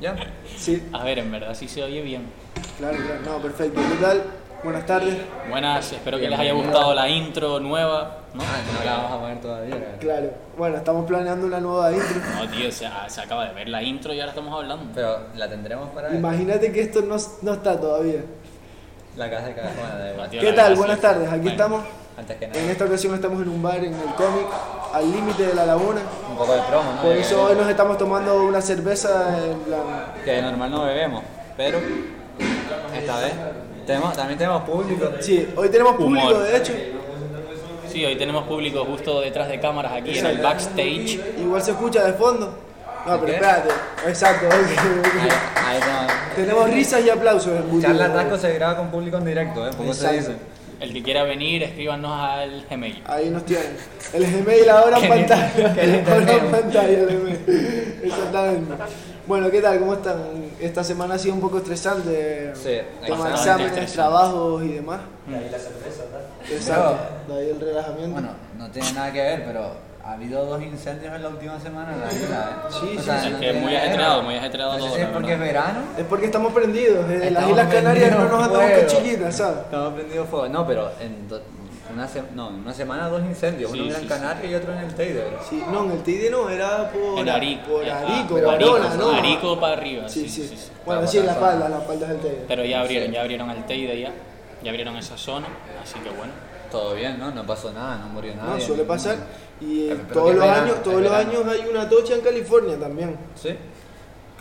¿Ya? Sí, A ver, en verdad, sí se oye bien. claro, claro. No, perfecto. ¿Qué tal? Buenas tardes. Buenas, espero que les haya Bienvenido. gustado la intro nueva. ¿no? Ah, no la vamos a poner todavía. Claro. Bueno, estamos planeando una nueva intro. No, tío, se, ah, se acaba de ver la intro y ahora estamos hablando. Pero la tendremos para Imagínate que esto no, no está todavía. la casa de cada bueno, da igual. Tío, ¿Qué la tal? verdad, Buenas sí. tardes. Aquí Bueno, estamos. Antes que En nada, esta ocasión estamos en un bar en el cómic, al límite de la laguna. un poco de promo, Ah, ¿no? Por Ya Pues eso que- hoy nos estamos tomando una cerveza en plan- Que de normal no bebemos, pero esta vez tenemos, también tenemos público. Sí, hoy tenemos público, Humor. de hecho. Sí, hoy tenemos público justo detrás de cámaras aquí en el backstage. Igual se escucha de fondo. No, pero ¿Qué? espérate. Exacto. Ahí, ahí no. Tenemos risas y aplausos. embutidos. Charla Tasco se graba con público en directo, ¿eh? Poco se Exacto. dice. El que quiera venir, escríbanos al Gmail. Ahí nos tienen. El Gmail ahora en Qué lindo, pantalla. qué lindo ahora en meme. pantalla el Gmail. Exactamente. Bueno, ¿qué tal? ¿Cómo están? Esta semana ha sido un poco estresante. Sí, Tema bastante exámenes, estresante. trabajos y demás. Exacto. Pero- De ahí el relajamiento. Bueno, no tiene nada que ver, pero ha habido dos incendios en la última semana en la isla, ¿eh? Sí, sí, sí. Es que tiene muy nada ver. ajetreado, muy ajetreado No sé todo, si es la porque es verdad. verano. Es porque estamos prendidos. Desde las Estamos Islas Canarias no prendidos nos andamos fuego. con chiquitas, ¿sabes? Estamos prendidos fuego. No, pero en do- una, se- no, en una semana dos incendios, Sí, uno en Gran sí, Canaria y otro en el Teide. Sí, no, en el TID no, era por, En Arico. por ya está. Arico, pero Barona, Arico, ¿no? Arico para arriba. Sí, sí. sí, sí. Bueno, Vamos, sí, la vamos. espalda, la espalda del TID. Pero ya abrieron, Sí. ya abrieron el Teide ya. Ya abrieron esa zona, así que bueno. Todo bien, ¿no? No pasó nada, no murió nadie. No, suele pasar. Y eh, Ah, Pero todos que los verano, años, que todos los verano. años hay una tocha en California también. ¿Sí?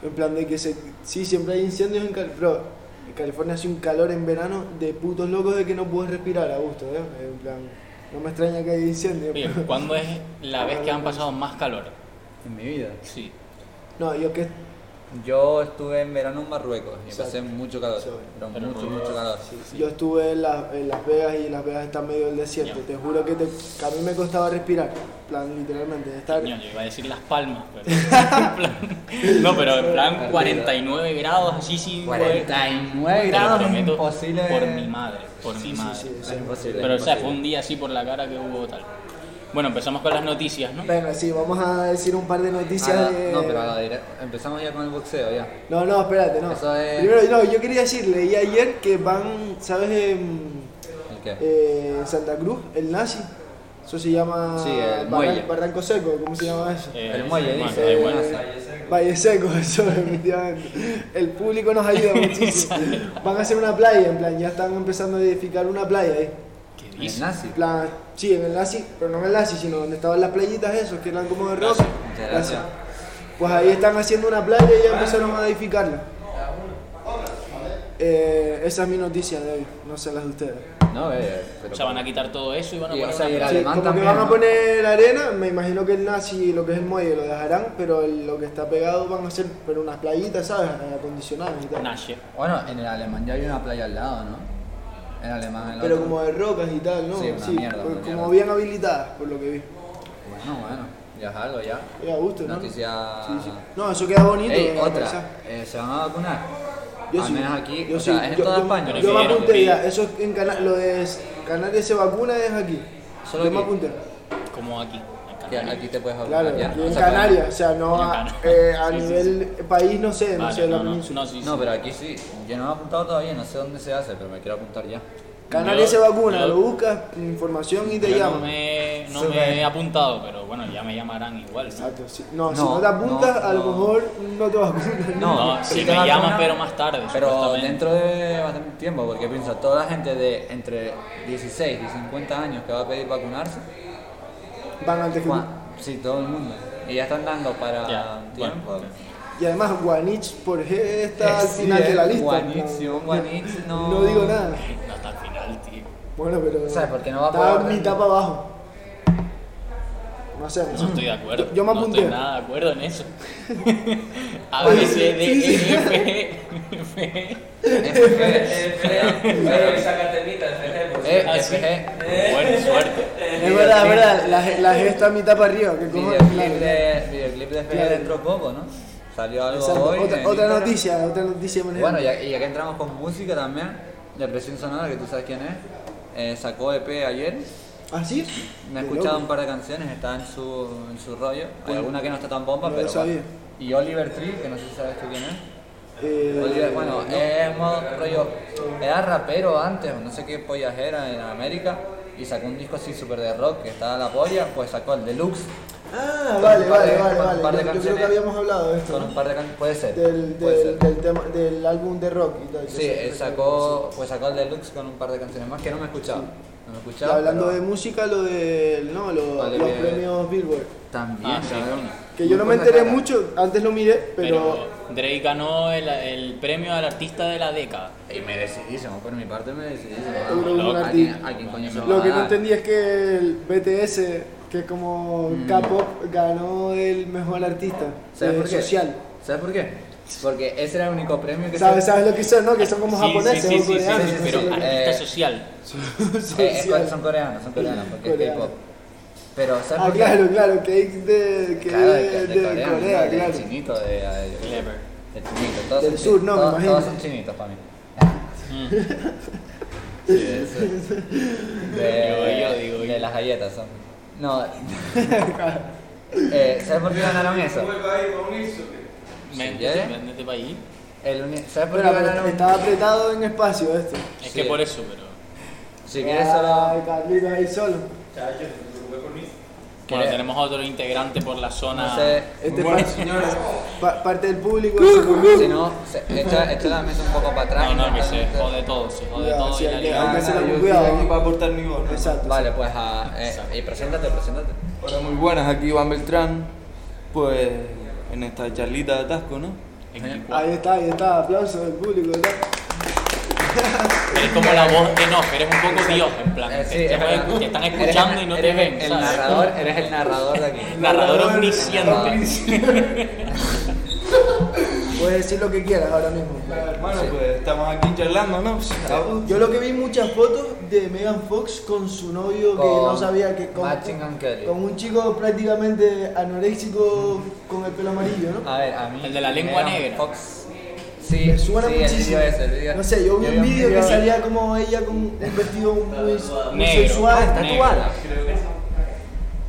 En plan de que se, sí, siempre hay incendios en California. En California hace un calor en verano de putos locos de que no puedes respirar a gusto, ¿eh? En plan, no me extraña que haya incendios. Oye, ¿cuándo es la vez que han pasado más calor? En mi vida. Sí. No, yo que Yo estuve en verano en Marruecos y Exacto. pasé mucho calor. Sí. Pero Pero mucho, no- mucho calor. yo estuve en, la- en Las Vegas y en Las Vegas está en medio del desierto. Ya. Te juro que, te- que a mí me costaba respirar. En plan, literalmente, de estar... Coño, yo iba a decir las palmas, pero. en plan- no, pero en plan 49 grados, así sin. poder- 49 Te lo grados es prometo imposible. Por mi madre, por mi sí, madre. sí, Es imposible. Pero, o es sea, imposible. fue un día así por la cara que hubo tal. Bueno, empezamos con las noticias, ¿no? Bueno, sí, vamos a decir un par de noticias Ahora- de... Ah, No, pero ahora diré- empezamos ya con el boxeo, ya. No, no, espérate, no. Eso es- Primero, no, yo quería decir, leí ayer que van, ¿sabes? En ¿El qué? eh, Santa Cruz, el nazi. Eso se llama Sí, el Barran- muelle. Barranco Seco, ¿cómo se llama eso? Eh, el muelle, bueno, dice. da Eh, igual. Valle Seco, eso, efectivamente. El público nos ayuda muchísimo. Van a hacer una playa, en plan, ya están empezando a edificar una playa ¿eh? ahí. ¿Qué El dice? nazi. En plan, sí, en el nazi, pero no en el nazi, sino donde estaban las playitas esos, que eran como de rock. Muchas gracias. Pues ahí están haciendo una playa y ya empezaron a edificarla. Eh, esa es mi noticia de hoy, no sé las de ustedes. No, eh, pero. O sea, van a quitar todo eso y van a Y, poner o sea, y una el plaza. Sí, alemán como también, que van a ¿no? poner arena, me imagino que el nazi, lo que es el muelle, lo dejarán, pero el- lo que está pegado van a hacer pero unas playitas, ¿sabes? Acondicionadas y tal. Nashe. Bueno, en el alemán ya hay una playa al lado, ¿no? En alemán, el Pero otro. como de rocas y tal, ¿no? Sí, una mierda, pues, una mierda. como bien habilitadas, por lo que vi. Bueno, bueno, ya es algo, ya. Eh, a gusto, ¿no? Noticia. Sí, sí. No, eso queda bonito. Ey, eh, otra. paisaje. eh, se van a vacunar. Yo Al sí, menos aquí. yo o sí, sea, es en yo- toda yo- España. Pero Yo me vieron apunté que- ya, eso es en Cana- lo de s- Canarias se vacuna es aquí. Solo yo me aquí. apunté. Como aquí. en Que Canarias. aquí te puedes vacunar. Claro, ya. aquí O en sea, para- Canarias, o sea, no en a, Canarias. eh, a Sí, sí, nivel país, no sé, no Vale, sé, de la no, no, península. no, sí, sí. No, pero aquí sí. Yo no me he apuntado todavía, no sé dónde se hace, pero me quiero apuntar ya. Canarias Yo- se vacuna, yo- lo buscas, información y te Yo llama. no me, no Súper. me he apuntado, pero bueno, ya me llamarán igual. ¿no? Exacto, sí. no, si No, no te apuntas, no, a lo no. mejor no te vacunas. No, si sí, te me vacunan, llaman, pero más tarde, Pero supuestamente. dentro de bastante tiempo, porque piensa, toda la gente de entre 16 y 50 años que va a pedir vacunarse, Van antes que tú. Juan, sí, todo el mundo. Y ya están dando para Ya, tiempo. bueno, Y además, Guanich por G está al Sí, final de la eh, lista. Guanich, no, sí, un Guanich, no. No digo nada. No, hasta el final, tío. Bueno, pero. ¿Sabes por qué no va a Está poder? mitad para abajo. No sé. No estoy de acuerdo. Yo, yo me no apunté. estoy nada de acuerdo en eso. A, Vale, B, C, D, sí, sí. E, F, G, F, G. Eh, Así. FG. Buena suerte. es verdad, es verdad. La, G- la G está mitad para arriba. Que cojones, Videoclip claro. de, videoclip de FG Claro. dentro poco, ¿no? Salió algo Exacto. hoy. en Otra, otra Instagram. noticia, otra noticia. por ejemplo. Bueno, ya- y ya que entramos con música también, Depresión Sonora, que tú sabes quién es, eh, sacó EP ayer. ¿Ah, sí? Me he Qué escuchado loco. un par de canciones, está en su, en su rollo. Hay alguna que no está tan bomba, No lo pero. sabía. bueno. Y Oliver Tree, que no sé si sabes tú quién es. Eh, Oliver, bueno, es modo rollo. Era rapero antes, o no sé qué pollas era en América. Y sacó un disco así súper de rock que estaba la polla, pues sacó el deluxe Ah, un vale, par de- vale, vale, con un vale. par de Yo- Yo, creo que canciones. habíamos hablado de esto. con un ¿no? par de canciones. Puede ser. Del, puede del, ser. del, tema, del álbum de rock y tal. Sí, él sacó, pues sacó el deluxe con un par de canciones más que no me he escuchado. No me he Y escuchado. hablando pero de música, lo de no, lo- Vale, los bien. premios Billboard. También, Ah, sí, cabrón. Pues coño. Que yo no me Muy enteré cara. mucho, antes lo miré, pero. Drake ganó el, el premio al artista de la década. Y merecidísimo, por mi parte merecidísimo. Uno, vamos, un loco, ¿A artista. quién- a quién coño se lo Ah. Lo va que a no dar? entendí es que el BTS, que es como Mm. K-pop, ganó el mejor artista ¿Sabes eh, por qué? social. ¿Sabes por qué? Porque ese era el único premio que ¿Sabes, se... ¿Sabes lo que son, no? Que son como Sí, japoneses ah, sí, sí, o sí, sí, coreanos. sí, no sé pero lo que- artista Eh, social. Eh, es- social. son coreanos, son coreanos, porque es Coreano. K-pop. Pero, ¿sabes Ah, por qué? claro, claro, que es de, que Claro, es de, de Corea, Corea, de claro. chinito, de, de, Clever. de chinito. Todos Del son sur, chi- no, me todos, imagino. Todos son chinitos para mí. Mm. Sí, de eso. De, Digo yo, digo de yo. las galletas son. No. eh, ¿Sabes por qué ganaron eso? Mente, ¿ya? sí, mente para ahí. El uni- ¿Sabes por qué Bueno, pero ganaron? estaba apretado en espacio esto. Es Sí. que por eso, pero. Si quieres solo. Ay, Carlitos ahí solo. Bueno, ¿Qué? tenemos a otro integrante por la zona. No sé. Este par- pa- parte del público. Si no, se- echa, echa la mesa un poco para atrás. No, no, que se Entonces- jode todo, se jode Ya, todo sí, y la hay que- liga. hay que hacerlo con Ah, yo cuidado. estoy aquí ¿no? para aportar mi voz. ¿no? Exacto. Vale, pues ah, eh, y preséntate, preséntate. Hola, muy buenas, aquí Iván Beltrán. Pues en esta charlita de atasco, ¿no? Ah, Equipo. Ahí está, ahí está, aplauso del público. ¿verdad? Eres como la voz de no, eres un poco Dios, en plan. Eh, te- sí, te, es verdad. te están Eres escuchando el- y no te eres ven. El ¿sabes? narrador, eres el narrador de aquí. Narrador Narrador omnisciente. Puedes decir lo que quieras ahora mismo. Hermano, Sí. pues estamos aquí charlando, ¿no? Pues, a gusto. Yo lo que vi muchas fotos de Megan Fox con su novio que Con no sabía que con, Machine Gun Kelly. con un chico prácticamente anoréxico con el pelo amarillo, ¿no? A ver, a mí. El de la lengua Megan negra. Fox. Ah, Sí, Me suena sí, muchísimo. El video ese, el video. No sé, yo vi un vídeo que de- salía como ella con un vestido muy, muy Negro. Ah, sensual. está Negro. tatuada.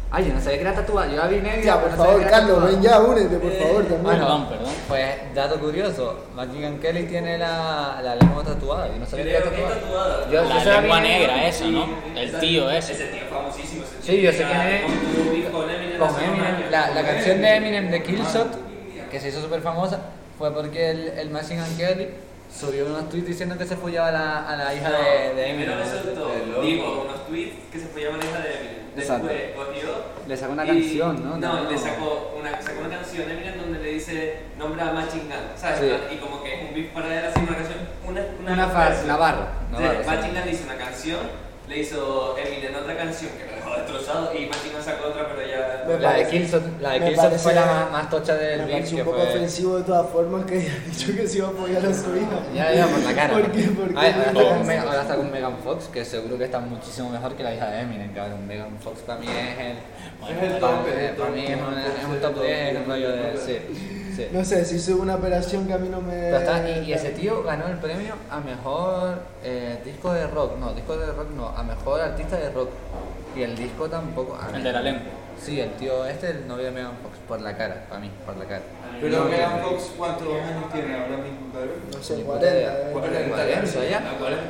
Ay, yo no sabía que era tatuada. Yo la vi negra. Ya, pero por no sabía que favor, era Carlos, tatuada. ven ya, únete, por favor, también. Bueno. Perdón, perdón. Pues, dato curioso, Machine Gun Kelly tiene la, la lengua tatuada. Yo no sabía que era tatuada. Yo- yo se La lengua vi negra, ¿eh? eso, ¿no? El tío, ese. Sí, yo sé quién es. Con Eminem. La, la canción de Eminem de Killshot, Ah. que se hizo súper famosa, fue porque el, el Machine Gun Kelly subió unos tweets diciendo que se follaba a la, a la hija de, de Eminem. Primero eso de todo, digo, unos tweets que se follaban esa de Eminem. Exacto. Después cogió Le sacó una y- canción, ¿no? No, No. le sacó una, sacó una canción de Eminem donde le dice nombra a Machine Gun, ¿sabes? Sí. Y como que es un beat para él así una canción, una, una, Una fa- canción. una barra, una Sí, barra, sí. Machine Gun hizo una canción, le hizo Eminem otra canción que lo dejó destrozado y Machine Gun sacó otra pero ya... Me La de parece- Killshot, la de me Killshot fue parece- la más, más tocha del Me beat parece que un poco fue. ofensivo de todas formas que haya dicho que se iba a apoyar a su hija. Ya, ya, por la cara. ¿Por qué? ¿Por qué? Ay, ahora, está con Oh. Me- ahora está con Megan Fox, que seguro que está muchísimo mejor que la hija de Eminem, cabrón. Megan Fox para mí es el. Bueno, para, para mí es un, es un top 10, es un rollo de. Sí, sí. No sé, si hizo una operación que a mí no me. Pero está, y, y ese tío ganó el premio a mejor eh, disco de rock, no, disco de rock no, a mejor artista de rock. Y el disco tampoco. a mí- El de la lengua. Sí, el tío este, el novio de Megan Fox, por la cara, para mí, por la cara. Pero Megan Fox, ¿cuántos años tiene ahora mismo, cabrón? No sé, Ni 40. puta idea. eh. Cuarenta, ya.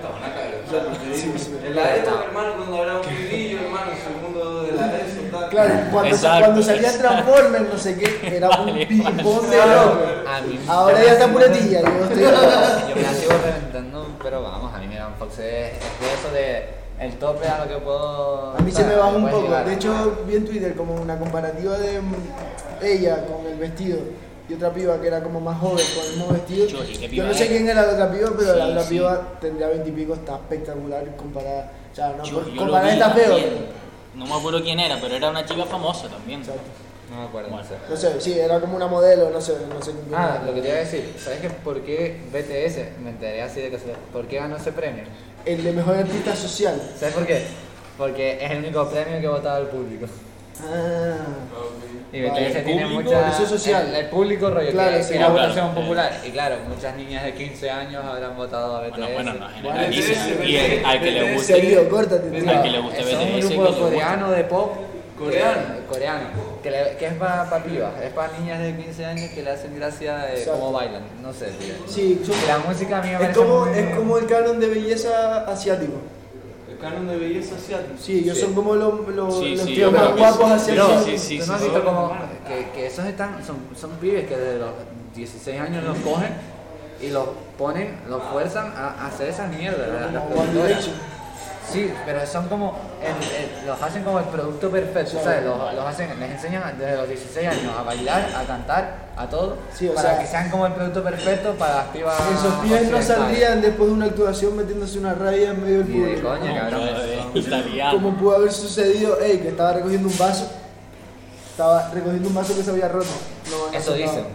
O sea, porque Sí, sí. en la época, hermano, cuando hablamos de brillo, hermano, es el mundo de la red social. Claro, cuando, Exacto, cuando salía exacto. Transformers, no sé qué, era un Vale, pipón de vale. loco. A mí- Ahora ya está puretilla, yo estoy. Yo me la sigo reventando, pero vamos, a mí Megan Fox es, es de eso de el tope a lo que puedo. A mí se o sea, me baja un puedes poco. llegar. De hecho, vi en Twitter como una comparativa de mm, ella con el vestido y otra piba que era como más joven con el mismo vestido. Yo, ¿y qué Yo piba no sé era? quién era la otra piba, pero la Sí, otra sí. piba tendría veintipico, está espectacular comparada. O sea, no, Yo- yo lo comparada vi está feo. también. No me acuerdo quién era, pero era una chica famosa también. Exacto. No me acuerdo. Bueno. sé. No sé, sí, era como una modelo, no sé, no sé quién Ah, era. lo que te iba a decir, ¿sabes qué? ¿Por qué BTS? Me enteré así de casualidad. ¿Por qué ganó ese premio? El de mejor artista social. ¿Sabes por qué? Porque es el único premio que votaba el público. Ah, Y Vale, BTS el tiene público, mucha. eso es social. El, el público rollo Claro, que sí, que era claro. votación popular. Y claro, muchas niñas de 15 años habrán votado a BTS. Bueno, bueno, no Bueno, generalices. Y el- al que le serio, guste. córtate, Al que tío. le guste Es un BTS, que grupo le guste. coreano de pop Coreano. coreano. Que, le- que es para pibas, es para niñas de 15 años que le hacen gracia de Exacto. cómo bailan. No sé, tío. Sí, son- La música a mí me es parece como, muy- es como el canon de belleza asiático. El canon de belleza asiático. Sí, ellos Sí. son como los, los, Sí, los sí, tíos yo creo más que guapos sí. asiáticos. Sí, sí, ¿Tú sí, no has sí. visto como que, que esos están, son, son pibes que desde los 16 años los cogen y los ponen, los fuerzan a, a hacer esas mierdas? las- las Como One productoras? Direction. Sí, pero son como, el- el- los hacen como el producto perfecto, ¿sabes? Los, los hacen, les enseñan desde los 16 años a bailar, a cantar, a todo, Sí, o para sea, que sean como el producto perfecto para las pibas Esos pibes no occidentales. saldrían después de una actuación metiéndose una raya en medio del Ni de público. coña, cabrón. eh, italiano. Como pudo haber sucedido, ey, que estaba recogiendo un vaso. Estaba recogiendo un vaso que se había roto. No, no Eso se dicen. acaba.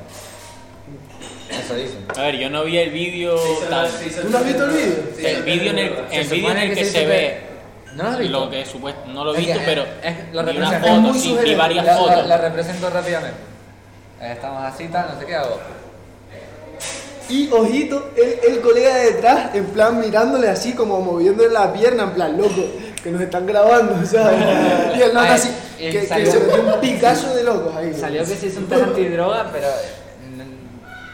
Eso dicen. A ver, yo no vi el vídeo tal. ¿Tú no has visto el vídeo? Sí, El vídeo en el, el supone vídeo en el que, se, hizo ve que- ¿No lo has visto? lo que supuesto no lo Es he visto, que- pero es que lo vi una representa. Es foto, muy sí, vi sugerente. La, varias la- fotos. la represento rápidamente. Eh, Estamos así, tal, no sé qué hago. Y ojito, el, el colega de detrás, en plan mirándole así, como moviéndole la pierna, en plan, loco, que nos están grabando, ¿sabes? Y el nota Ay, así, eh, que, que salió- se metió un picazo de locos ahí. Salió que se hizo un test antidroga, pero mm,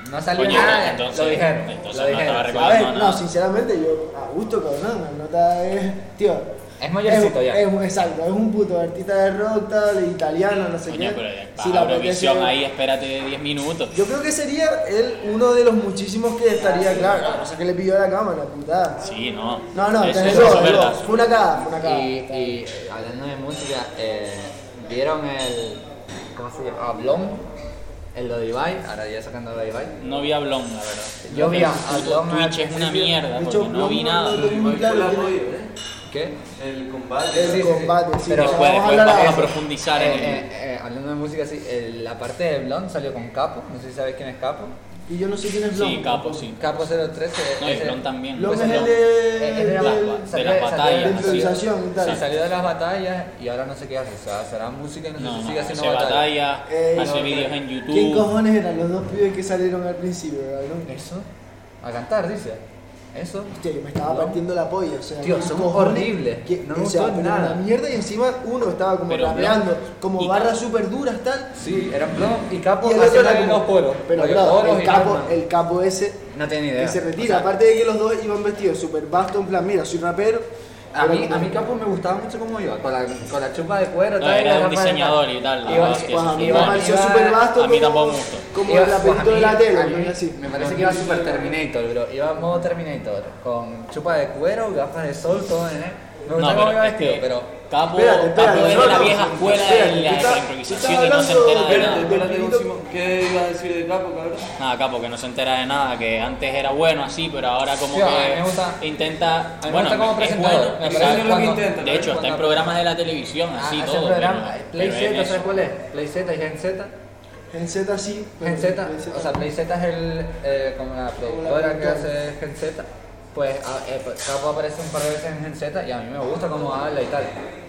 no, no salió Coño, nada. entonces- lo dijeron. entonces lo no dijeron. estaba A recordando ver, no, nada. sinceramente, yo, a gusto, cabrón, el nota es, tío. Es mayorcito es- ya. es un- exacto, es un puto artista de rock, tal, italiano, no sé Coño, qué. pero de- Si le para apetece- Eurovisión ahí, espérate 10 minutos. Yo creo que sería él uno de los muchísimos que estaría, claro, no sé qué le pidió a la cámara, putada. Sí, no. No, no, eso, tenés eso dos, es tenés verdad. dos. Fue una cagada, fue una cagada. Y, y, eh, hablando de música, eh, ¿vieron el. ¿Cómo se llama? Ah, Blon, el Lodivine, ahora ya sacando Lodivine. No vi a Blon, la verdad. Yo vi a- Puto a Blon al Twitch es una principio. mierda, De porque hecho, no vi no- nada. no- Muy Claro, claro, tiene- ¿eh? ¿Qué? El El combate. Sí, sí, sí. combate, sí. Pero- pero Después, vamos a después hablar vamos a ahora. profundizar Eh, en eh, el... eh, hablando de música, sí, el- la parte de Blon salió con Capo, no sé si sabes quién es Capo. Y yo no sé quién es Blon. Sí, capo, sí. Capo eh, 03. que No, y es el- Blon también. Blon Pues es el Eh, Blon. de, es de la- del- de de salió- las salió- batallas, salió- así. improvisación y Sí, tal. salió de las batallas y ahora no sé qué hace, o sea, será música y no, No, sé si no, sigue hace haciendo batalla. batalla, Ey, hace Eh, no, vídeos en YouTube. ¿Quién cojones eran los dos pibes que salieron al principio, cabrón? Eso, a cantar, dice. Eso. Hostia, yo me estaba No. partiendo la polla, o sea. Tío, ¿qué somos cojones? horribles. ¿Qué- No me o sea, gustó pero nada. Una mierda y encima uno estaba como Pero rapeando, como y barras Capo. súper duras, tal. Sí, eran Blon y Capo Y el otro haciendo era ahí como- los poros. Pero Los claro, poros el y capo, Batman. el capo ese No tiene ni idea. Y se retira, O sea, aparte de que los dos iban vestidos super vasto, en plan, mira, soy rapero. A pero mí, como- a mí Capo me gustaba mucho cómo iba, con la, con la chupa de cuero. No, tal, era la un ropa de- diseñador y tal, la Iba- hostia, Pues a mí me Iba- pareció iba- super vasto. a mí como- tampoco me gustó. Como Iba- el pues, a apelito de mí- la tele, a mí- algo así. Me parece que iba super Terminator, bro. Iba en modo Terminator, con chupa de cuero, gafas de sol, todo, ¿eh? Me No, gustaba cómo pero iba es vestido, que pero... Capo, Espérate, espérate, Capo es no, de la no, vieja escuela espérate, de la tú estás- improvisación tú que no estás se entera de hablando- nada. espérate, Espérate, un Simón, ¿Qué iba a decir de capo, cabrón? Nada, capo, que no se entera de nada, que antes era bueno así, pero ahora como Sí, a mí me que gusta- intenta... A mí me Bueno, gusta como es presentador. bueno, me exacto. parece lo que cuando- intenta, De hecho, está en programas de la televisión, Ah, así ese todo. programa, pero- Play pero en Z, ¿sabes eso. cuál es? Play Z y Gen Z. Gen Z sí. pero Gen Z, Gen Z. o sea, Play Z es el, eh, como la productora que hace Gen Z. Pues a- eh, pues, Capo aparece un par de veces en Gen Z y a mí me gusta cómo habla y tal.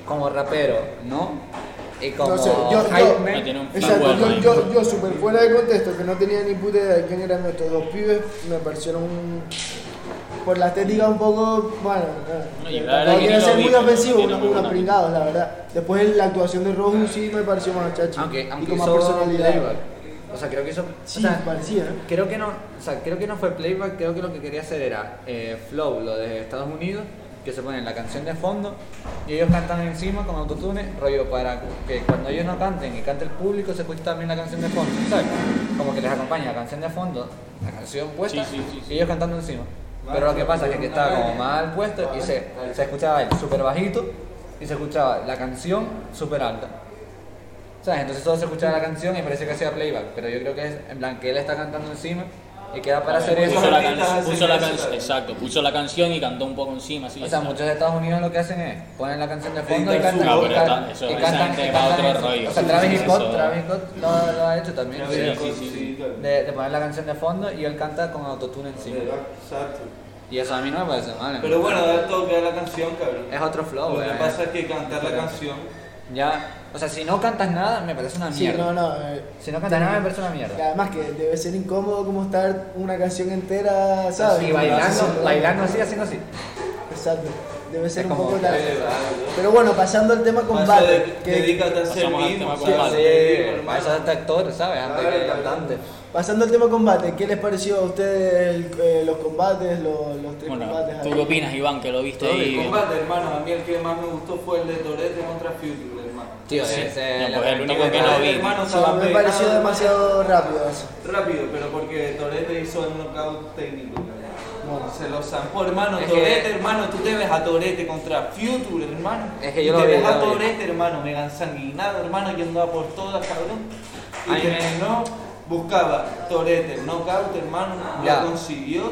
Como rapero, ¿no? Y como No sé, yo, No Hype tiene Man. un plan Exacto, bueno yo, ahí. yo, yo super fuera de contexto, que no tenía ni puta idea de quién eran estos dos pibes, me parecieron un- por la estética un poco, bueno, No, eh, yo la verdad tampoco que quiero ni ser lo muy vi, pero ofensivo, tiene unos, muy unos buena pringados, la verdad. Después la actuación de Rojo sí me pareció más chachi, Aunque, y aunque con más hizo personalidad. playback. O sea, creo que hizo. Sí, o sea, parecía, ¿eh? Creo que no, o sea, creo que no fue playback, creo que lo que quería hacer era eh, flow, lo de Estados Unidos, que se ponen la canción de fondo y ellos cantan encima con autotune, rollo para que cuando ellos no canten y cante el público se escuche también la canción de fondo, ¿sabes? Como que les acompaña la canción de fondo, la canción puesta Sí, sí, sí, sí. y ellos cantando encima. Pero lo que pasa es que estaba como mal puesto y se, se escuchaba él súper bajito y se escuchaba la canción súper alta. ¿Sabes? Entonces todo se escuchaba la canción y parece que hacía playback, pero yo creo que es en plan que él está cantando encima y queda para hacer eso. Puso la, can- Artistas hacen puso la eso, can- claro. exacto, puso la canción y cantó un poco encima, así. O sea, exacto. muchos de Estados Unidos lo que hacen es ponen la canción de fondo y Editar su cantan. y voz. can- No, pero eso- y esa cantan- gente y va cantan otro encima. rollo. O sea, Travis Sí, Scott, eso- Travis Scott lo, lo ha hecho también. Ya sí, veía, sí, con- sí. claro. De, de poner la canción de fondo y él canta con autotune encima. Exacto. Y eso a mí no me parece mal. Pero bueno, da el toque a la canción, cabrón. es otro flow, Lo que eh. pasa es que cantar la canción. Ya, o sea, si no cantas nada, me parece una Sí, mierda. no, no. eh, Si no cantas nada, me parece una mierda. que Además que debe ser incómodo como estar una canción entera, ¿sabes? Y bailando, Sí, bailando así, haciendo así. Exacto. debe ser Es un como- poco largo. Pero bueno, pasando al tema eh, Pasa de- combate. Que, Dedícate a ser Pasamos al mismo. tema o Sí, sea, combate. ser mismo, para eso hermano. es este actor, ¿sabes? Antes que cantante. pasando al tema combate, ¿qué les pareció a ustedes el- eh, los combates, los, los tres Bueno, combates? ¿tú ahí? qué opinas, Iván, que lo viste Todo el ahí? combate, hermano. A mí el que más me gustó fue el de Torete contra Future, hermano. Tío, Sí. ese No, es pues, el único que Torete, no vi. hermano, Sí, se la me pegaba pareció demasiado rápido eso. Rápido, pero porque Torete hizo el knockout técnico. hermano. Bueno. Se lo zampó, hermano. Es que- Torete, hermano, tú te ves a Torete contra Future, hermano. Es que Y yo lo Te vi, ves yo a lo vi. Torete, hermano, mega ensanguinado, hermano, que andaba por todas, cabrón. Y Ay, me- terminó, buscaba Torete, el knockout, hermano, Ya. lo consiguió,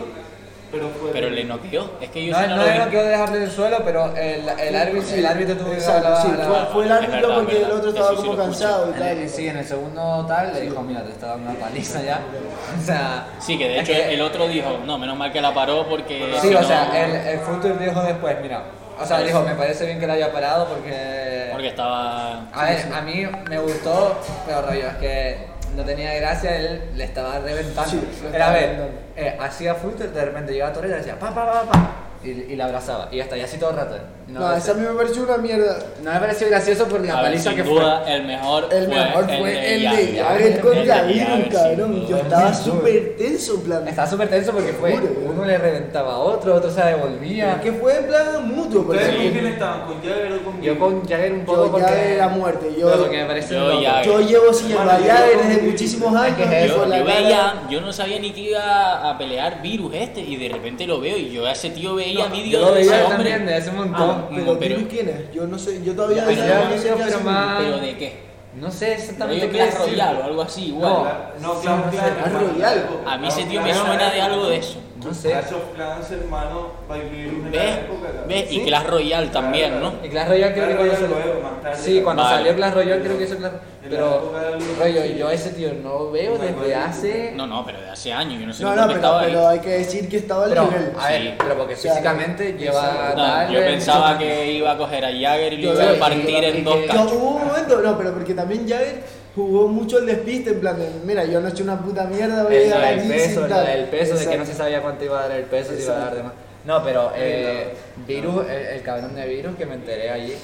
pero fue. Pero le noqueó. Es que yo No, sí no, no, lo yo no vi. quiero dejarle en el suelo, pero el, el árbitro, el árbitro tuvo que dar Exacto, la, sí, la- fue, fue el árbitro Es verdad, porque verdad. el otro Eso estaba sí como lo escuché. cansado En y el- tal. sí, en el segundo tal le dijo, mira, te está dando una paliza ya. O sea, Sí, que de es hecho el otro dijo, no, menos mal que la paró porque. Sí, si o no- sea, el, el Future dijo después, mira. O sea, dijo, me parece bien que la haya parado porque... Porque estaba. A ver, a mí me gustó, pero rollo, es que no tenía gracia, él le estaba reventando. Sí, lo Era a estaba ver, reventando. eh, hacía Future, de repente llegaba Torres y le decía, pa, pa, pa, pa. Y, y la abrazaba, y hasta y así todo el rato. No, me esa a mí me pareció una mierda. no me pareció gracioso por la a ver, paliza sin que duda, el mejor. El mejor fue el de Yager, Yager contra el de Yager, Virus, sin cabrón. duda. Yo estaba súper tenso, en plan. fue. Estaba súper tenso porque fue, Juro, bro. uno le reventaba a otro, otro se devolvía. Que fue en plan mutuo, por ¿Ustedes con ejemplo. quién estaban? ¿Con Jagger o con Yo Virus? con Jagger un poco Yo porque... ya era muerte. Pero Yo, porque me parece yo loco. ya- yo llevo sin Hermano, llevar yo Yager con desde Virus. muchísimos Es años. que es y eso, con Yo, la yo cara- veía, yo no sabía ni que iba a pelear virus este y de repente lo veo y yo a ese tío veía Yo vídeos lo de ese veía hombre. también de hace un Ah, montón. pero, pero- Virus quién es? Yo no sé, yo todavía Pero no ya, sé pero qué hace. más- Pero de qué? No sé exactamente También qué Clash decir. Royale o algo así, igual. No, Clash of Clans, Ah, hermano. Royal. A mí ese tío me suena de algo de eso. No sé. Clash of Clans, hermano, va a vivir una ¿Ves? época. cabrón. ¿Ves? Sí. Y Clash Royale también, ¿no? Y Clash Royale creo que Claro, cuando ya lo salió- veo más tarde. Sí, cuando Vale. salió Clash Royale creo que hizo Clash En la Pero, época del- rollo, yo a ese tío no lo veo No, desde igual. hace... No, no, pero de hace años, yo no sé No, ni no, dónde pero, estaba ahí. pero hay que decir que estaba al Pero, nivel. a ver, Sí. pero porque O sea, físicamente lleva No, tal... yo eh, pensaba mucho- que iba a coger a Jagger y Yo lo iba veo- a partir y- en dos y- No, cachos. hubo un momento, no, pero porque también Javier jugó mucho el despiste, en plan, de, mira, yo no he hecho una puta mierda, voy a Eso, llegar el aquí sin peso, lo tal". del peso, de que no Exacto. se sabía cuánto iba a dar el peso, si iba a dar de más. No, pero eh, Virus, el, el cabrón de Virus que me enteré allí,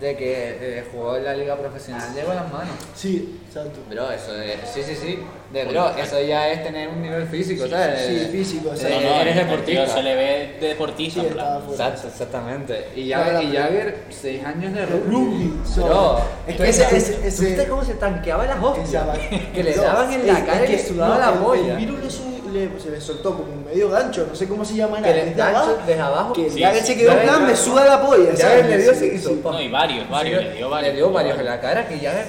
de que eh, jugó en la liga profesional, llegó a las manos. Sí, exacto. Bro, eso de. Sí, sí, sí. De bro, eso ya es tener un nivel físico, ¿sabes? sí, sí, físico, De- sí. No, no, Eh, eres el- el deportista. tío Se le ve de deportista, Sí, en plan. estaba fuera. Exacto, exactamente. Y Claro, Jagger, y pero- Jagger, 6 años de rugby. Rugby, so- Bro, es tú que ese- viste- ese- ¿tú ese- viste cómo se tanqueaba las hostias? Esa va- Que le No, daban en la es- cara es y le que, sudaban no, la el- polla. El virus le, su- le- se le soltó como un medio gancho, no sé cómo se llama. Que le- desde gancho, abajo, desde abajo. Que Sí, ya sí. se quedó en Ya plan, le- me suda la polla. Jagger ¿sabes? le dio Sí, así y sí. hizo, pa. No, y varios, varios, le dio varios. Le dio varios en la cara que Jagger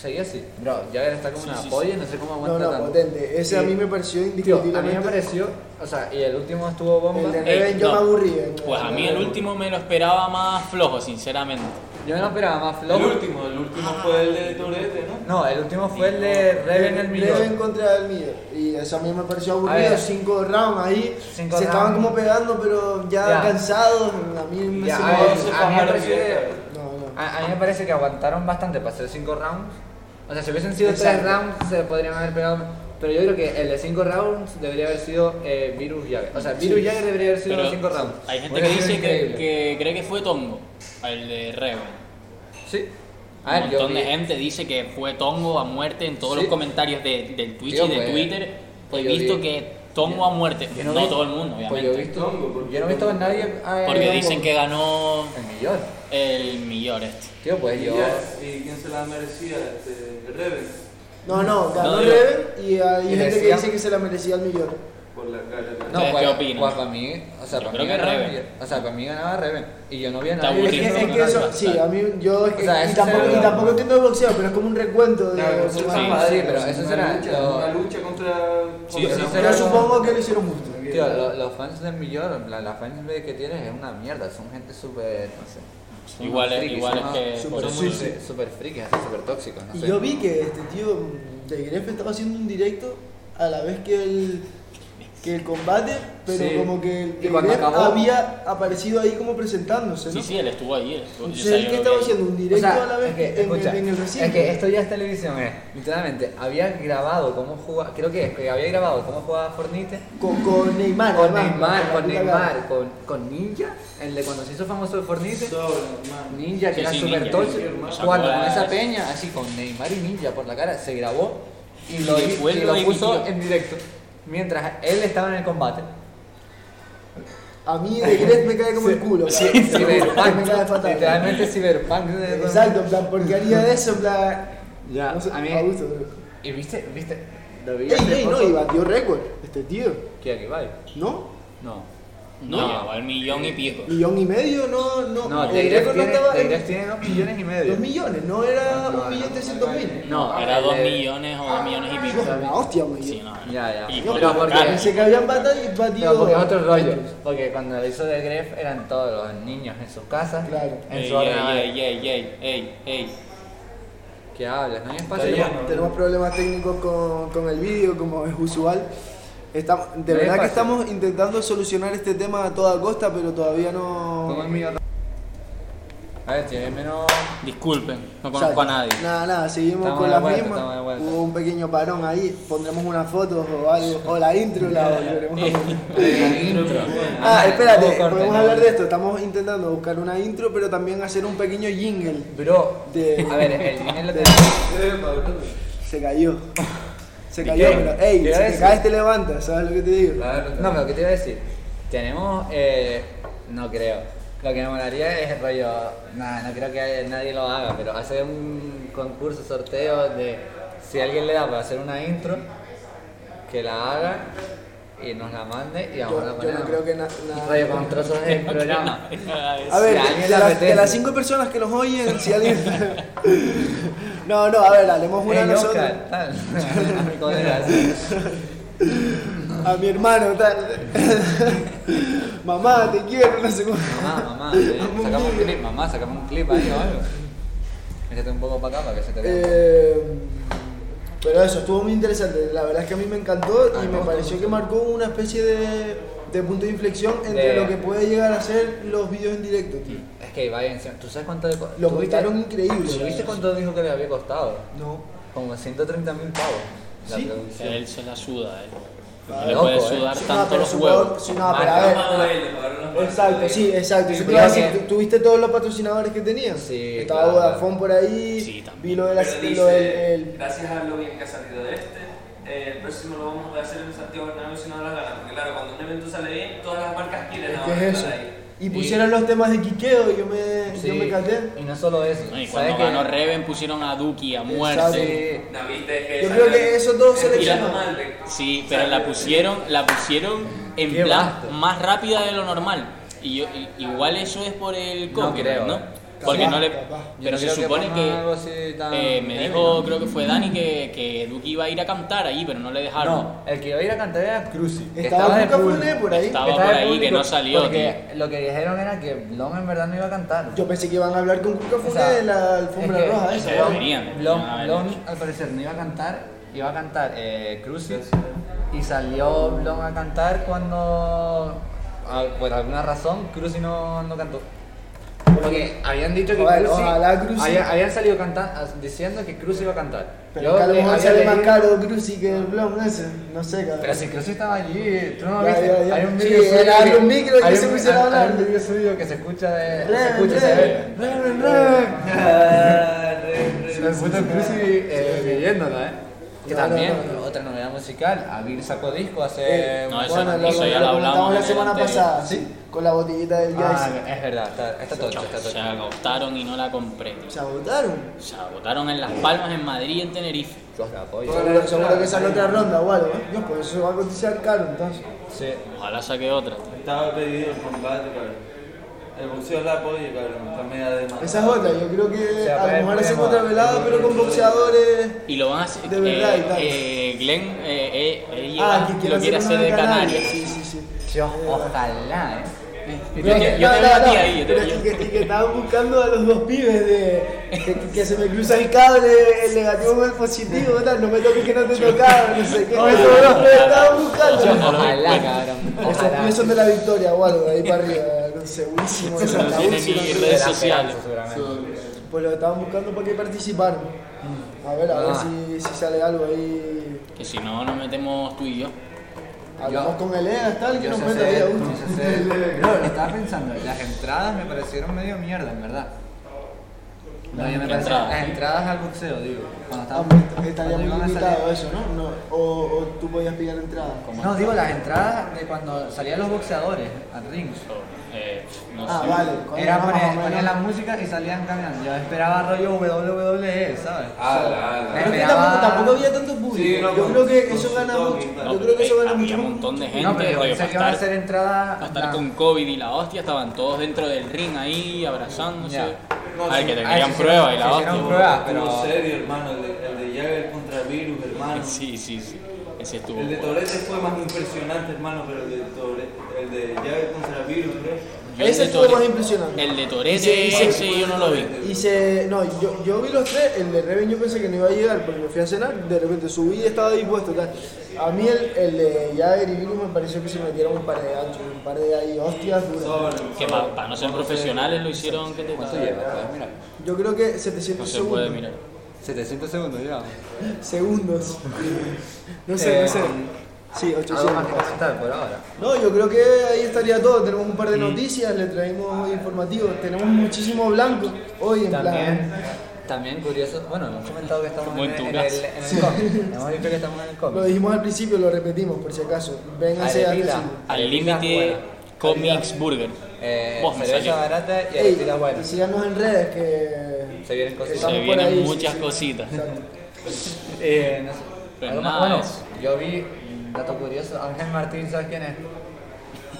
seguía así. Bro, Jagger está como Sí, una sí, polla, no sé cómo No, aguanta no, tanto. potente. Ese a Sí. mí me Tío, pareció a mí indiscutiblemente. me pareció, o sea, y el último estuvo bomba. El de- Ey, Reven, yo no. me aburrí, eh. Pues a mí el último me lo esperaba más flojo, sinceramente. Yo me lo esperaba más El flojo. último, el último fue el de Torete, ¿no? No, el último fue el de Reven el millón. Reven contra el mío. Y eso a mí me pareció A aburrido. ver. Cinco rounds ahí. Cinco se estaban rounds. como pegando, pero ya, Ya. cansados. A mí me Ya, se a, me- ver, se a mí me bajaron parece bien, que- No, no. a- a mí me parece que aguantaron bastante para hacer 5 rounds. O sea, si hubiesen sido 3 Exacto. rounds, se podrían haber pegado. Pero yo creo que el de 5 rounds debería haber sido eh, Virus Jagger. O sea, Virus Jagger debería haber sido Pero los 5 rounds. hay gente Hubiera que sido dice que, increíble. que cree que fue Tongo, el de Reven. Sí. A Un ver, yo montón de vi- gente dice que fue Tongo a muerte en todos Sí. los comentarios de- del Twitch Yo, y de pues, Twitter. He yo visto vi- que Tongo a muerte. yo no vi- todo el mundo, Pues yo, he obviamente. visto, yo no he visto a nadie. eh, Porque como- dicen que ganó El millón. el millón este. Tío, pues Y yo. ya, ¿Y quién se la merecía? Este, Reven, No, no, ganó No, yo- Reven y hay Y gente que decía- dice que se la merecía el millón. por la cara. No, ¿Ustedes pues, qué opinan? pues, para mí, o sea, Yo para mí creo que ganaba Reven. Reven. O sea, para mí ganaba Reven. Y yo no vi a Está nadie. Es aburrido. que, es que eso, sí, a mí yo es que, O sea, y, eso tampoco, será- y tampoco entiendo de boxeo, pero es como un recuento de Claro, su sí, madre. sí, pero eso una será Lucha, lo- Una lucha contra. Sí, contra- eso será Pero lo- supongo que lo hicieron justo. Tío, lo- los fans del millón, en plan, la fanbase que tienes es una mierda, son gente súper, no sé. son Igual unos es- igual son es unos que- Súper por eso- súper- súper frikis, así, súper tóxicos, no Y sé. yo vi que este tío mm, de Gref estaba haciendo un directo a la vez que el que el combate, pero Sí. como que el Y de cuando Gref acabó- había aparecido ahí como presentándose, ¿no? Sí, sí, él estuvo ahí. él estuvo- yo Entonces, sabía él que lo estaba que- haciendo un directo O sea, a la vez es que, en, escucha, en el recinto. es que esto ya es televisión, eh. literalmente. Había grabado cómo jugaba, creo que es que había grabado cómo jugaba Fornite con, con Neymar, con además, Neymar, con la puta cara. Neymar, con, con Ninja, el de cuando se hizo famoso Fornite. Ninja, que Sí, era sí, super Ninja, tocho, Ninja, hermano. jugando con Sacó esa las- peña, así con Neymar y Ninja por la cara, se grabó y lo, Y hi- después y lo lo puso emitió. en directo mientras él estaba en el combate. A mí de Gref me cae como el culo. Sí, cabrón. me cae Cyberpunk, fatal. literalmente Cyberpunk. de- Exacto, en plan, porque haría de eso, en plan. Ya, no sé, a mí- abuso, bro. Y viste, viste, lo vi Ey, hace ey, no, poco- y batió récord, este tío, ¿Qué, a qué va? ¿no? No. No, No. llegó al millón y pico. Millón y medio, no, no. No, el The récord Gref no tiene, estaba The en Gref tiene dos millones y medio. dos millones, no era No, no, un millón no, trescientos mil. No, Era el dos de- millones o dos millones y Dios, pico. la hostia, güey. Sí, no, no. Ya, ya. Y Pero con la porque- cara. Pensé que habían batido. No, porque es otro rollo. Porque cuando lo hizo The Gref eran todos los niños en sus casas. Claro. En Ey, su orden. ey, ey, ey, ey, ey. ¿Qué hablas? No hay espacio. Tenemos, tenemos problemas técnicos con, con el vídeo, como es usual. Estamos, de No hay verdad que espacio. estamos intentando solucionar este tema a toda costa, pero todavía Como el no. mío. A ver, tiene menos. Disculpen, no o sea, conozco a nadie. Nada, nada, seguimos Estamos con de las vuelta, mismas. estamos de vuelta. Hubo un pequeño parón ahí, pondremos unas fotos o algo, o la intro la volveremos a poner. Eh, Ah, espérate, podemos hablar de esto. Estamos intentando buscar una intro, pero también hacer un pequeño jingle. Bro, De- a ver, el dinero de- de. Se cayó. Se ¿Y cayó, qué? pero ey, ¿Qué si era te eso? caes te levantas, ¿sabes lo que te digo? No, pero ¿qué te iba a decir? Tenemos. Eh, no creo. Lo que me molaría es el rollo. Nada, no creo que nadie lo haga, pero hacer un concurso, sorteo de. Si alguien le da para hacer una intro, que la haga y nos la mande y vamos a la Yo, yo ponemos. no creo que na- Rollo nada. con trozos del programa. A ver, Si a alguien le de, las- apetece. de las cinco personas que nos oyen, si alguien. no, no, a ver, haremos una a Ey, nosotros. Oscar, tal. Amigo de las- A mi hermano, tal. Mamá, te quiero, no sé cómo. Mamá, mamá, eh, sacamos un clip, mamá, sacamos un clip ahí o algo. Métete un poco para acá para que se te vea. Eh, pero eso, estuvo muy interesante. La verdad es que a mí me encantó Ah, y me me gustó pareció mucho. que marcó una especie de, de punto de inflexión entre De- lo que puede llegar a ser los vídeos en directo, tío. Es que Ibai, ¿tú sabes cuánto le co- Lo ¿tú viste- montaron increíble. ¿tú ¿Viste cuánto dijo que le había costado? No. Como 130 mil pavos. La Sí. producción. Él se la suda, él. No Ah, le loco, puede eh. sudar Sí, no, tanto pero los su- huevos. su- Ah, no, pero a ver. Exacto, sí, exacto. Yo te iba a decir, ¿tú- ¿Tuviste todos los patrocinadores que tenían? Sí, Estaba claro. Vodafone por ahí, Sí, también. vi lo de la- Pero lo dice, del- el- gracias a lo bien que ha salido de este, eh, el próximo lo vamos a hacer en Santiago Bernabéu si no da la gana. Porque claro, cuando un evento sale bien, todas las marcas quieren ¿Qué ahora es eso? estar ahí. Y pusieron los temas de Quiqueo, yo me, Sí, yo me caté. Y no solo eso. No, Y ¿sabes cuando qué? ganó Reven pusieron a Duki a muerte. Sí. No, viste, es que Yo creo salió- que eso todo es seleccionó. tirando mal, ve. Sí, pero la pusieron, la pusieron en Qué plan vasto. más rápida de lo normal. Y yo- i- igual eso es por el No copyright, creo. eh. ¿no? Porque Capaz, no le. capaz. Yo Pero no se creo supone pongan que. algo así tan eh, me heavy, dijo, ¿no? creo que fue Dani, que, que Duki iba a ir a cantar ahí, pero no le dejaron. No, el que iba a ir a cantar era Cruci. que Estaba de Luca público. Funes por ahí. Estaba Que por de ahí, que público, no salió, Porque lo que dijeron era que Blom en verdad no iba a cantar. Yo pensé que iban a hablar con Cuca O Funes sea, de la alfombra es que- roja, es esa. que Eso Blom- deberían, Blom- deberían haberlo Blom, al parecer no iba a cantar, iba a cantar eh, Cruces. Y salió Blom a cantar cuando, ah, por alguna razón, Cruci no, no cantó. Porque habían dicho que Ojalá- Cruci- ojalá Cruci- había- habían salido cantando, diciendo que Cruci iba a cantar. Pero que a lo le- mejor había sale más leído- caro Cruci que el blog ese. No sé, cabrón. Pero si Cruci estaba allí, tú no lo Ya, viste. ya, ya. Hay un Sí, video suyo. era- que- había un micro que hay se un- pusieron a hay- hay hablar. un video suyo que se escucha de. se Ren, escucha y se Ren. ve. Ren, ren, ren. Se me puso Cruci eh, leyéndola, ¿eh? Que Claro, también, claro. otra novedad musical, Avil sacó disco hace... Eh, No, esa bueno, no, lo, eso ya lo lo comentamos hablamos la en el semana anterior. pasada, ¿sí? Con la botellita del Ah, gas. es verdad, está, está tocho, está Se tocho. agotaron y no la compré. Se agotaron. Se agotaron en Las Palmas, en Madrid y en Tenerife. Yo hasta apoyo. Seguro, seguro que esa es la otra ronda o algo, ¿eh? Dios, pues eso va a cotizar caro entonces. Sí. Ojalá saque otra. Estaba pedido el combate, cabrón. El boxeo la apoyo, cabrón. Está media de más. Esa es otra, yo creo que sea, a lo pues, mejor hacen podemos- otra velada, pero con boxeadores. Y lo van a hacer. De verdad, eh, y tal. eh, Glenn eh, eh, él Ah, lleva- que lo quiere quiere hacer de Canarias. Sí, sí, sí. Yo, ojalá, ¿eh? Yo, te- yo tengo a ti ahí, yo pero tengo es yo. que, que estaban buscando a los dos pibes de, que, que se me cruza el cable, el negativo con el positivo, tal, no me toques que no te tocaba, no sé qué, eso bro, me estaban buscando. Ojalá, cabrón. Esos ojalá. pibes son de la victoria o algo, ahí para arriba, no sé, buenísimo, esa, no la tiene última. ni De la redes esperanza, sociales. seguramente. Pues lo estaban buscando para que participaran. A ver, a ver Ah. si, si sale algo ahí. Que si no, nos metemos tú y yo. Hablamos Yo- con Elena, tal, que Yo nos sé mete ahí hacer- a yo gusto. sé hacer- Bro, estaba pensando, las entradas me parecieron medio mierda, en verdad. No, yo me Las parecen- entradas, las ¿sí? entradas al boxeo, digo. Cuando Ah, estábamos- pues, Estaría cuando muy iban a salir- limitado ¿eh? eso, ¿no? no o, o tú podías pillar entrada. Como- No, digo, las entradas de cuando salían los boxeadores al ring. Eh, no Ah, sé. vale. Era más o poner, menos. poner la música y salían caminando. Yo esperaba rollo WWE, ¿sabes? Ah, Ala, ala. Pero es que esperaba- tampoco, tampoco había tanto público. Sí, no, yo con- creo que con eso su gana toque, mucho. tal. No, yo creo que eh, eso gana había mucho. un montón de gente. No, pero rollo, pensé para que iban a estar- hacer entradas. Para estar nah. con COVID y la hostia, estaban todos dentro del ring ahí, abrazándose. Ya. a ver, que te Ah, querían sí, sí, pruebas y sí, la sí, hostia. no, pruebas, pero- Pero serio, hermano, el de, el de Jagger contra Virus, hermano. Sí, sí, sí. Ese estuvo. El de bueno. Torete fue más impresionante, hermano, pero el de Torete, el de Jagger contra Virus, bro. Yo el Ese de estuvo Tore- más impresionante. El de Ese- Torete, ese- ese yo no lo vi. Y se. No, yo, yo vi los tres, el de Reven yo pensé que no iba a llegar porque me fui a cenar, de repente subí y estaba dispuesto. Tal. A mí el, el de Jagger y Virus me pareció que se metieron un par de ganchos, un par de ahí hostias duras. Que para no ser profesionales lo hicieron que te ¿Cuánto lleva? Espera, mira. Yo creo que 700 No se segundos. puede mirar. 700 segundos llevamos. Segundos. No sé, no sé. Sí, Eh, um, Algo más 800. que comentar por ahora. No, yo creo que ahí estaría todo. Tenemos un Mm. par de noticias, le traemos informativos. Tenemos muchísimo blanco hoy en También, plan. también curioso, bueno, hemos comentado que estamos Como en, en tu el- en casa. el, en el cómic. Hemos dicho que estamos en el Lo cómic. dijimos al principio, lo repetimos por si acaso. Vénganse a Arepita. Al Arepitas límite, buenas. Comics Burger. Eh, Vos me cerveza salió. barata y Ey, aretitas y buenas. síganos en redes que. Se vienen cosas. estamos Se por vienen ahí, sí, muchas sí. cositas. Exacto. Eh, no sé. Pues Algo más, nada, bueno, eso. yo vi, un dato curioso, Ángel Martín, ¿sabes quién es?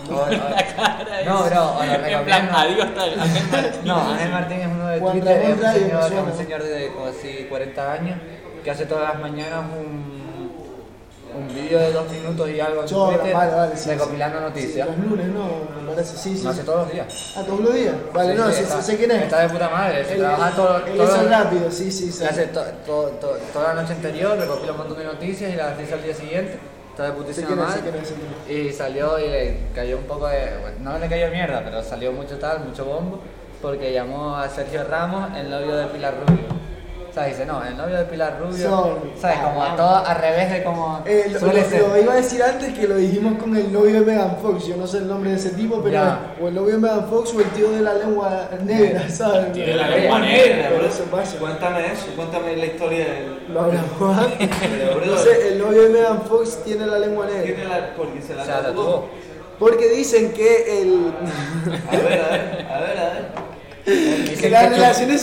La cara No, es- bro, bueno, En plan, recomiendo. adiós, tal. Ángel Martínez. No, eh, Ángel Martín es uno de Juan Twitter, es Ramón un Rayo, señor, me es suena. un señor de como así 40 años que hace todas las mañanas un, un vídeo de dos minutos y algo en Chorra, Twitter vale, vale. sí, recopilando sí. noticias. Sí, los lunes, no, me parece. Sí, sí. Lo hace todos los días. Ah, todos los días. Vale, Sí, no, sí, sé, está- sé quién es. Está de puta madre, se Él- trabaja todo, él todo- hizo rápido, sí, sí. sí. se hace to- to- to- toda la noche anterior, recopila un montón de noticias y las dice al día siguiente. Está de Sé putísima quién es, sé madre. quién es, sé quién es. Y salió y le cayó un poco de. bueno, no le cayó mierda, pero salió mucho tal, mucho bombo, porque llamó a Sergio Ramos el novio de Pilar Rubio. O sea, dice, no, el novio de Pilar Rubio. Son- ¿Sabes? Como a todo al revés de como Eh, lo, suele lo- ser. lo iba a decir antes que lo dijimos con el novio de Megan Fox, yo no sé el nombre de ese tipo, pero Ya. o el novio de Megan Fox o el tío de la lengua negra, ¿sabes? tío de la Eh, lengua eh, negra. Pero eso pasa. Cuéntame eso, cuéntame la historia del. Lo hablamos antes. Pero, bro, Entonces, el novio de Megan Fox tiene la lengua negra. tiene la- Porque se O la sea, tatuó. tatuó. Porque dicen que el, A ver, a ver, a ver, a ver. Dicen las que- relaciones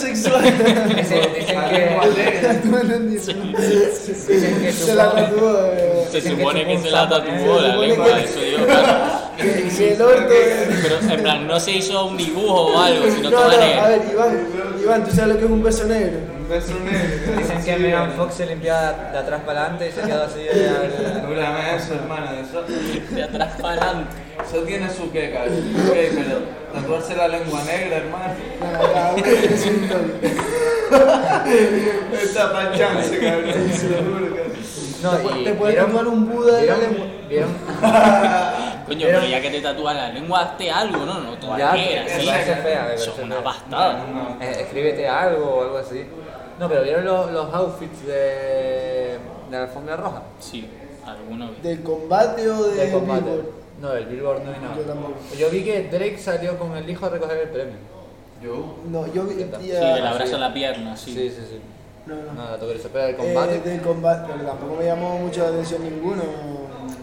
sexuales. Dicen, dicen A ver, ¿cuál que. es? Tú me entendiste. Dicen que Se la tatuó. eh. Se Dicen que supone que chupó se un la sapo, tatuó ¿eh? Se la supone lengua que- de su dios, claro. Que que el orto. eh. Pero en plan, no se hizo un dibujo o algo, No, sino no, toda a negra. ver, Iván, Iván, ¿tú sabes lo que es un beso negro? Un beso negro. Dicen que Sí, eh. Megan hermano. Fox se limpiaba de atrás para adelante y se quedó así. de- de- Háblame eso, hermano. Eso, De atrás para adelante. eso tiene su queca. su queca, pero tatuarse la lengua negra, hermano. Nada, cada uno tiene su historia. Está pa' chance, cabrón. Se lo juro, cabrón. No, Te pu- y te puedes vieron- tatuar un Buda en la lengua. ¿Vieron? ¿Vieron? Coño, pero ya que te tatúas la lengua, hazte algo, ¿no? No toda Ya, negra, me sí. parece fea, me Eso parece es una fea. bastada. No. Eh, escríbete algo o algo así. No, pero ¿vieron los, los outfits de, de la alfombra roja? Sí, alguna vez. ¿Del combate o de Del combate. Billboard? No, del Billboard no hay nada. Yo tampoco. Yo vi que Drake salió con el hijo a recoger el premio. Yo. No, yo vi. Sí, Sí, del Tía, abrazo sí. a la pierna, sí. Sí, sí, sí. no, no. Nada, tú quieres esperar el Eh, combate. del combate, pero tampoco me llamó mucho la atención ninguno.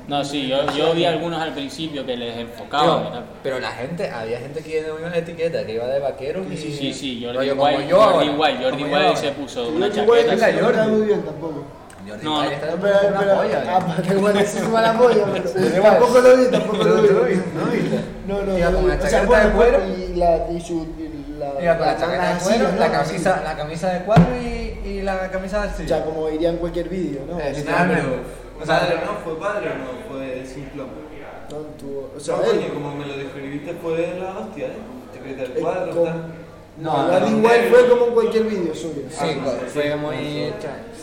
No, sí, yo, yo vi algunos al principio que les Tío, enfocaban. era- pero la gente, había gente que iba una etiqueta, que iba de vaquero. y- Sí, sí, sí, Jordi rollo como Wild, yo Jordi ahora, Wild, como Jordi yo Wild ahora. se puso Yo una creo que igual chaqueta. no se chaqueta. portaba muy bien tampoco. Jordi No, Wild no. está Pero, como pero, una ¿eh? polla, tío. ah, pero bueno, eso es mala polla, Pero pero igual. tampoco lo vi, tampoco Pero tú lo lo vi. viste, ¿no viste? No, no, Iba no con lo la vi. O sea, chaqueta bueno, de cuero. Y la, y su, y la, Mira, con la chaqueta de las cuero, sillas, la ¿no? camisa, la camisa de cuadro y, y la camisa de O arcilla. sea, como diría en cualquier vídeo, ¿no? Eh, O sea, nada, Padre, pero- o sea, ¿Padre no? ¿Fue padre o no? Fue el ciclón. tonto. O sea, No, él- coño, como me lo describiste fue la hostia, ¿eh? Te creíste el Eh, cuadro, con- tal. No, Igual no, igual fue como en cualquier vídeo suyo. Ah, Sí, fue muy.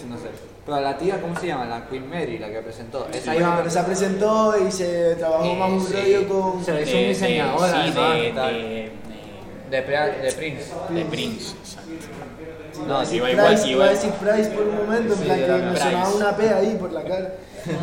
No sé. Pero la tía, ¿cómo se llama? La Queen Mary, la que presentó. Esa Bueno, iba. pero se presentó y se trabajó Eh, más un sí. rollo con. Se le hizo De- un de- diseñador, sí, además, de, tal. de- De, Pre- de Prince. de- de Prince, exacto. No, sí, sí. iba Price, igual, iba sí, a iba igual. decir Price por un momento, Sí, en plan yo que también. me sonaba Price. una P ahí por la cara.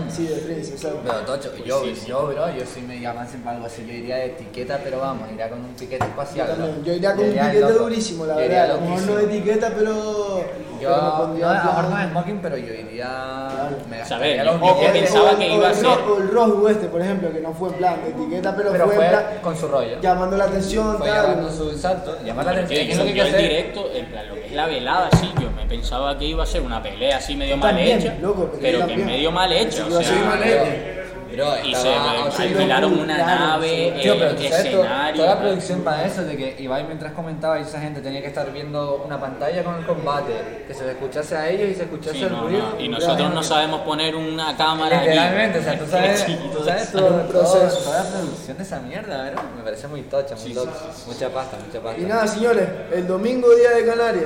Sí, de Prince, o sea. Pero Tocho, Pues yo, yo, bro, yo si me llamasen para algo así, yo iría de etiqueta, pero vamos, iría con un piquete Yo, espacial. también. bro. yo iría con un de piquete loco. durísimo, la Yo iría verdad. A lo mejor loquísimo. no de etiqueta, pero. Yo, pero me no, pondría a en lo mejor no plan- es smoking, pero yo iría. Me Saber, gastaría los ojo, que billetes, pensaba el- que iba el a ser- Ro- o el Roswell este, por ejemplo, que no fue en plan de etiqueta, pero, pero fue, en plan fue con su rollo. llamando la atención, Fue tal. llamando su salto, llamar la Pero yo, atención. Es lo yo- que hay que yo en hacer. directo, en plan, lo que es la velada, sí, yo me pensaba que iba a ser una pelea así medio mal También, hecha, loco, pero pero que también. medio mal hecha, Yo o soy mal hecha. sea, Bro, y estaba se eh, haciendo- alquilaron una claro, nave, sí. Tío, eh, pero tú sabes, to- escenario, toda la tal. producción para eso, de que Ibai mientras comentaba y esa gente tenía que estar viendo una pantalla con el combate, que se les escuchase a ellos y se escuchase Sí, el no, ruido. no, Y Bro, nosotros no imagínate. sabemos poner una cámara aquí. Literalmente, o sea, tú sabes, Sí, tú sabes todo todo, todo- un proceso. toda la producción de esa mierda, ¿verdad? Me parece muy tocha, muy loca. Mucha pasta, mucha pasta. Y nada, señores, el domingo día de Canarias.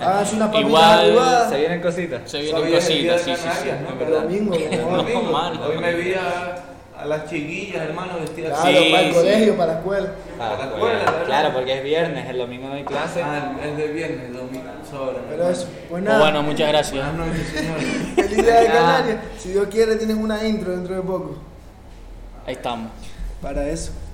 Háganse unas papitas Igual, arrugadas. se vienen cositas. Se Hoy vienen es el día cositas, sí, de sí, sí. Canarias, ¿no? El domingo, El mejor. domingo. malo. Hoy me vi a, a las chiquillas, hermano, vestidas Claro, así. Sí, para el sí. colegio, para la escuela. Ah, ¿Te acuerdas, bueno, verdad? claro, porque es viernes, el domingo no hay clase. Ah, el, el de viernes, el domingo, sobre. Pero eso, pues Pues nada. bueno, muchas gracias. Buenas noches, señores. Feliz día de Canarias. Si Dios quiere, tienen una intro dentro de poco. Ahí estamos. Para eso.